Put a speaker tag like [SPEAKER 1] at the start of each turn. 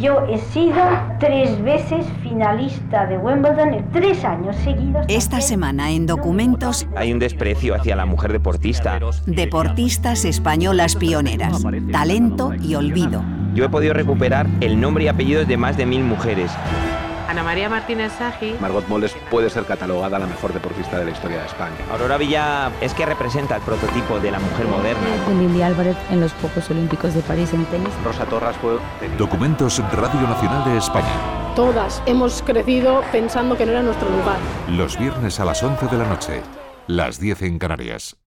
[SPEAKER 1] Yo he sido tres veces finalista de Wimbledon en tres años seguidos.
[SPEAKER 2] Esta semana en documentos,
[SPEAKER 3] Hay un desprecio hacia la mujer deportista.
[SPEAKER 2] deportistas españolas pioneras, talento y olvido.
[SPEAKER 3] Yo he podido recuperar el nombre y apellidos de más de mil mujeres.
[SPEAKER 4] Ana María Martínez Sagi,
[SPEAKER 5] Margot Moles puede ser catalogada la mejor deportista de la historia de España.
[SPEAKER 3] Aurora Villa es que representa el prototipo de la mujer moderna.
[SPEAKER 6] de Lili Álvarez en los Juegos Olímpicos de París en tenis.
[SPEAKER 5] Rosa Torras fue...
[SPEAKER 7] Documentos Radio Nacional de España.
[SPEAKER 8] Todas hemos crecido pensando que no era nuestro lugar.
[SPEAKER 7] Los viernes a las 11 de la noche. Las 10 en Canarias.